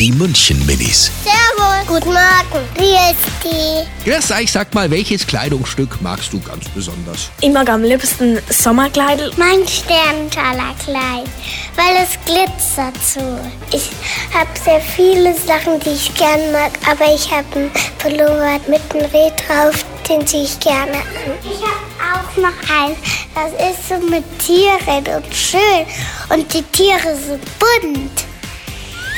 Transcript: Die München Minis. Servus. Guten Morgen. Wie ist die? Grüß euch, sag mal, welches Kleidungsstück magst du ganz besonders? Ich mag am liebsten Sommerkleidel. Mein Sterntalerkleid, weil es glitzert so. Ich habe sehr viele Sachen, die ich gern mag, aber ich habe einen Pullover mit einem Reh drauf, den ziehe ich gerne an. Ich habe auch noch einen, das ist so mit Tieren und schön und die Tiere sind bunt.